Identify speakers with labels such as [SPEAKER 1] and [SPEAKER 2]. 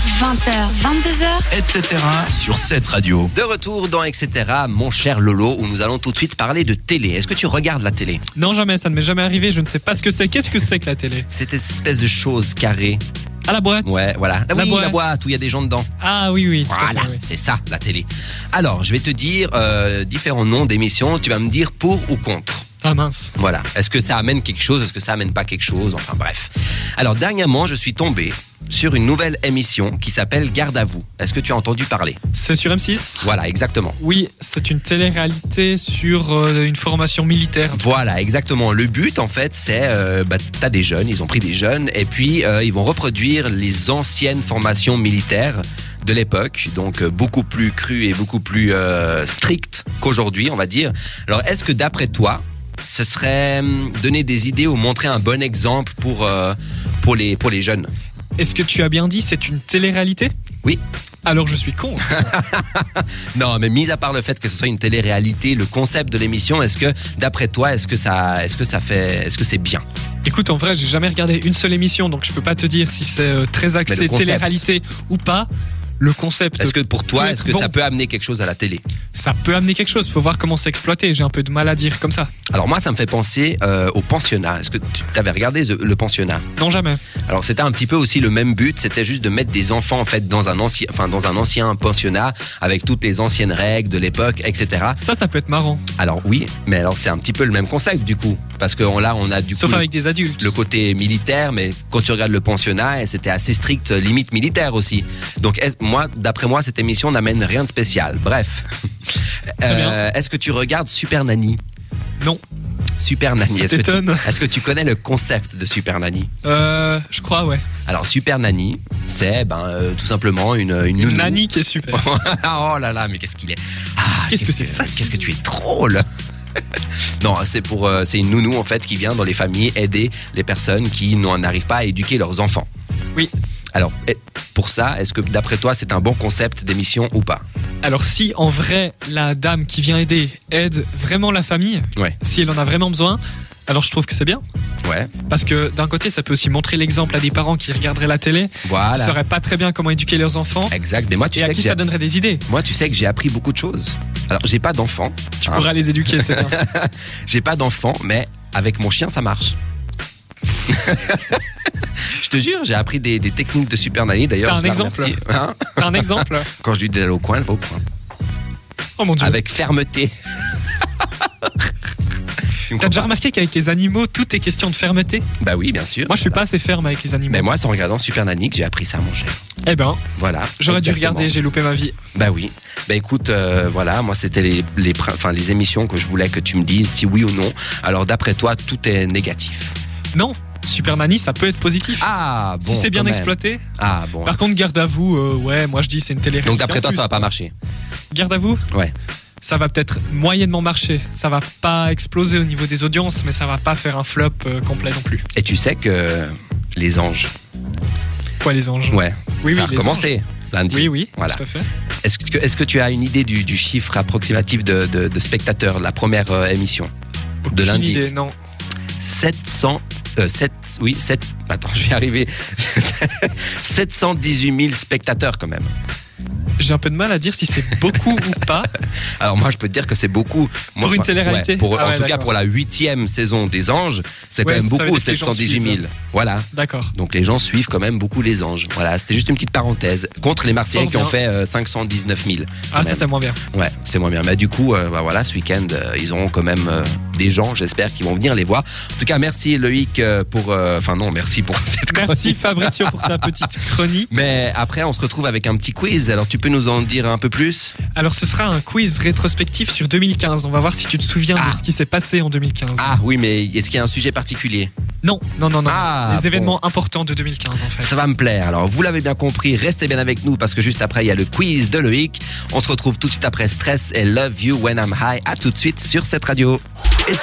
[SPEAKER 1] 20h, 22h,
[SPEAKER 2] etc. sur cette radio.
[SPEAKER 3] De retour dans Etc. Mon cher Lolo, où nous allons tout de suite parler de télé. Est-ce que tu regardes la télé
[SPEAKER 4] Non, jamais, ça ne m'est jamais arrivé. Je ne sais pas ce que c'est. Qu'est-ce que c'est que la télé
[SPEAKER 3] Cette espèce de chose carrée.
[SPEAKER 4] À la boîte
[SPEAKER 3] Ouais, voilà. Ah
[SPEAKER 4] La
[SPEAKER 3] oui,
[SPEAKER 4] boîte.
[SPEAKER 3] la boîte où il y a des gens dedans.
[SPEAKER 4] Ah oui, oui. tout à fait,
[SPEAKER 3] Voilà,
[SPEAKER 4] oui.
[SPEAKER 3] c'est ça, la télé. Alors, je vais te dire euh, différents noms d'émissions. Tu vas me dire pour ou contre.
[SPEAKER 4] Ah mince.
[SPEAKER 3] Voilà. Est-ce que ça amène quelque chose Est-ce que ça amène pas quelque chose Enfin bref. Alors dernièrement, je suis tombé sur une nouvelle émission qui s'appelle Garde à vous. Est-ce que tu as entendu parler
[SPEAKER 4] C'est sur M6
[SPEAKER 3] Voilà, exactement.
[SPEAKER 4] Oui, c'est une télé-réalité sur euh, une formation militaire.
[SPEAKER 3] Voilà, exactement. Le but, en fait, c'est euh, bah, t'as des jeunes, ils ont pris des jeunes, et puis euh, ils vont reproduire les anciennes formations militaires de l'époque, donc euh, beaucoup plus crues et beaucoup plus euh, strictes qu'aujourd'hui, on va dire. Alors, est-ce que d'après toi, ce serait hum, donner des idées ou montrer un bon exemple pour euh, pour les pour les jeunes
[SPEAKER 4] Est-ce que tu as bien dit c'est une télé-réalité
[SPEAKER 3] Oui.
[SPEAKER 4] Alors je suis contre.
[SPEAKER 3] Non, mais mis à part le fait que ce soit une télé-réalité, le concept de l'émission, est-ce que d'après toi, est-ce que ça est-ce que ça fait est-ce que c'est bien
[SPEAKER 4] Écoute, en vrai, j'ai jamais regardé une seule émission, donc je peux pas te dire si c'est euh, très
[SPEAKER 3] Mais le
[SPEAKER 4] axé
[SPEAKER 3] concept.
[SPEAKER 4] télé-réalité ou pas. Le concept,
[SPEAKER 3] Est-ce que pour
[SPEAKER 4] peut
[SPEAKER 3] toi,
[SPEAKER 4] être
[SPEAKER 3] est-ce que
[SPEAKER 4] bon.
[SPEAKER 3] ça peut amener quelque chose à la télé
[SPEAKER 4] ça peut amener quelque chose. Faut voir comment c'est exploité. J'ai un peu de mal à dire comme ça.
[SPEAKER 3] Alors moi, ça me fait penser euh, au pensionnat. Est-ce que tu avais regardé The- le pensionnat
[SPEAKER 4] Non, jamais.
[SPEAKER 3] Alors c'était un petit peu aussi le même but. C'était juste de mettre des enfants en fait dans un ancien, enfin dans un ancien pensionnat avec toutes les anciennes règles de l'époque, etc.
[SPEAKER 4] Ça, ça peut être marrant.
[SPEAKER 3] Alors oui, mais alors c'est un petit peu le même concept du coup, parce que on- là on a du
[SPEAKER 4] Sauf
[SPEAKER 3] coup
[SPEAKER 4] avec des adultes.
[SPEAKER 3] le côté militaire, mais quand tu regardes le pensionnat, et c'était assez strict, euh, limite militaire aussi. Donc est-ce- moi, d'après moi, cette émission n'amène rien de spécial. Bref.
[SPEAKER 4] Très bien.
[SPEAKER 3] Euh, Est-ce que tu regardes Super Nanny
[SPEAKER 4] Non.
[SPEAKER 3] Super Nanny.
[SPEAKER 4] Ça
[SPEAKER 3] Est-ce que, tu-
[SPEAKER 4] t'étonne.
[SPEAKER 3] est-ce que tu connais le concept de Super Nanny
[SPEAKER 4] Euh, je crois, ouais.
[SPEAKER 3] Alors Super Nanny, c'est ben, euh, tout simplement une, une
[SPEAKER 4] Une
[SPEAKER 3] nounou.
[SPEAKER 4] nanny qui est super.
[SPEAKER 3] oh là là, mais qu'est-ce qu'il est Ah,
[SPEAKER 4] Qu'est-ce que c'est facile.
[SPEAKER 3] Qu'est-ce que tu es drôle Non, c'est pour euh, c'est une nounou en fait qui vient dans les familles aider les personnes qui n'en arrivent pas à éduquer leurs enfants.
[SPEAKER 4] Oui.
[SPEAKER 3] Alors et- pour ça, est-ce que d'après toi c'est un bon concept d'émission ou pas
[SPEAKER 4] Alors si en vrai la dame qui vient aider aide vraiment la famille,
[SPEAKER 3] Ouais.
[SPEAKER 4] si elle en a vraiment besoin, alors je trouve que c'est bien.
[SPEAKER 3] Ouais.
[SPEAKER 4] Parce que d'un côté, ça peut aussi montrer l'exemple à des parents qui regarderaient la télé, qui
[SPEAKER 3] Voilà.
[SPEAKER 4] sauraient pas très bien comment éduquer leurs enfants,
[SPEAKER 3] Exact. Mais moi Ah tu
[SPEAKER 4] et à
[SPEAKER 3] sais
[SPEAKER 4] qui
[SPEAKER 3] que j'ai
[SPEAKER 4] ça donnerait des idées.
[SPEAKER 3] moi tu sais que j'ai appris beaucoup de choses. Alors j'ai pas d'enfant.
[SPEAKER 4] Tu
[SPEAKER 3] hein.
[SPEAKER 4] pourras les éduquer, c'est bien.
[SPEAKER 3] J'ai pas d'enfant, mais avec mon chien, ça marche. je te jure, j'ai appris des, des techniques de Super Nanny d'ailleurs.
[SPEAKER 4] T'as un
[SPEAKER 3] je la
[SPEAKER 4] exemple
[SPEAKER 3] remercie. Hein
[SPEAKER 4] T'as un exemple
[SPEAKER 3] Quand je lui dis d'aller au coin, elle va au coin.
[SPEAKER 4] Oh mon dieu.
[SPEAKER 3] Avec fermeté. Tu me
[SPEAKER 4] T'as déjà
[SPEAKER 3] comprends
[SPEAKER 4] remarqué qu'avec les animaux, tout est question de fermeté
[SPEAKER 3] Bah oui, bien sûr.
[SPEAKER 4] Moi, je suis pas assez ferme avec les animaux.
[SPEAKER 3] Mais moi, c'est en regardant Super Nanny que j'ai appris ça, mon cher.
[SPEAKER 4] Eh ben,
[SPEAKER 3] Voilà.
[SPEAKER 4] j'aurais dû
[SPEAKER 3] Exactement.
[SPEAKER 4] regarder, j'ai loupé ma vie.
[SPEAKER 3] Bah oui. Bah écoute, euh, voilà, moi c'était les, les, pr- enfin, les émissions que je voulais que tu me dises si oui ou non. Alors d'après toi, tout est négatif.
[SPEAKER 4] Non, Super Nanny, ça peut être positif.
[SPEAKER 3] Ah bon.
[SPEAKER 4] si c'est bien
[SPEAKER 3] quand même.
[SPEAKER 4] exploité.
[SPEAKER 3] Ah bon.
[SPEAKER 4] Par contre, garde à vous, euh, ouais, moi je dis c'est une télé.
[SPEAKER 3] Donc d'après toi, ça va pas marcher.
[SPEAKER 4] Garde à vous
[SPEAKER 3] Ouais.
[SPEAKER 4] Ça va peut-être moyennement marcher. Ça va pas exploser au niveau des audiences, mais ça va pas faire un flop euh, complet non plus.
[SPEAKER 3] Et tu sais que les anges,
[SPEAKER 4] Quoi, les anges
[SPEAKER 3] ouais,
[SPEAKER 4] Oui,
[SPEAKER 3] ça a
[SPEAKER 4] oui, les anges.
[SPEAKER 3] recommencé lundi.
[SPEAKER 4] Oui, oui,
[SPEAKER 3] Voilà.
[SPEAKER 4] tout à fait.
[SPEAKER 3] Est-ce que, est-ce que tu as une idée du, du chiffre approximatif de, de- de spectateurs, la première euh, émission De
[SPEAKER 4] Aucune
[SPEAKER 3] lundi.
[SPEAKER 4] idée, non.
[SPEAKER 3] 700. euh, 7, oui, 7. Attends, je vais y arriver. 718 000 spectateurs quand même.
[SPEAKER 4] J'ai un peu de mal à dire si c'est beaucoup ou pas.
[SPEAKER 3] Alors moi, je peux te dire que c'est beaucoup. Moi,
[SPEAKER 4] Pour une
[SPEAKER 3] enfin,
[SPEAKER 4] télé-réalité
[SPEAKER 3] ouais, pour-
[SPEAKER 4] Ah
[SPEAKER 3] En
[SPEAKER 4] ouais,
[SPEAKER 3] tout cas,
[SPEAKER 4] d'accord.
[SPEAKER 3] pour la huitième saison des Anges, c'est
[SPEAKER 4] Ouais,
[SPEAKER 3] quand même
[SPEAKER 4] ça veut
[SPEAKER 3] beaucoup,
[SPEAKER 4] dire que les gens
[SPEAKER 3] 718 000.
[SPEAKER 4] suivent.
[SPEAKER 3] Voilà.
[SPEAKER 4] D'accord.
[SPEAKER 3] Donc les gens suivent quand même beaucoup les Anges. Voilà, c'était juste une petite parenthèse. Contre les Marseillais
[SPEAKER 4] Fort
[SPEAKER 3] qui ont
[SPEAKER 4] bien.
[SPEAKER 3] fait euh, 519 000.
[SPEAKER 4] Ah, ça,
[SPEAKER 3] même.
[SPEAKER 4] c'est moins bien.
[SPEAKER 3] Ouais, c'est moins bien. Mais du coup, euh, bah voilà, ce week-end, euh, ils auront quand même euh, des gens, j'espère, qui vont venir les voir. En tout cas, merci Loïc euh, pour. euh, Enfin, non, merci pour cette
[SPEAKER 4] Merci
[SPEAKER 3] chronique.
[SPEAKER 4] Fabrizio pour ta petite chronique.
[SPEAKER 3] Mais après, on se retrouve avec un petit quiz. Alors, tu peux nous en dire un peu plus
[SPEAKER 4] Alors, ce sera un quiz rétrospectif sur 2015. On va voir si tu te souviens
[SPEAKER 3] Ah.
[SPEAKER 4] de ce qui s'est passé en 2015.
[SPEAKER 3] Ah oui, mais est-ce qu'il y a un sujet particulier
[SPEAKER 4] Non, non, non, non.
[SPEAKER 3] Ah
[SPEAKER 4] les
[SPEAKER 3] bon.
[SPEAKER 4] événements importants de 2015, en fait.
[SPEAKER 3] Ça va me plaire. Alors, vous l'avez bien compris, restez bien avec nous parce que juste après, il y a le quiz de Loïc. On se retrouve tout de suite après Stress et Love You When I'm High. À tout de suite sur cette radio, etc.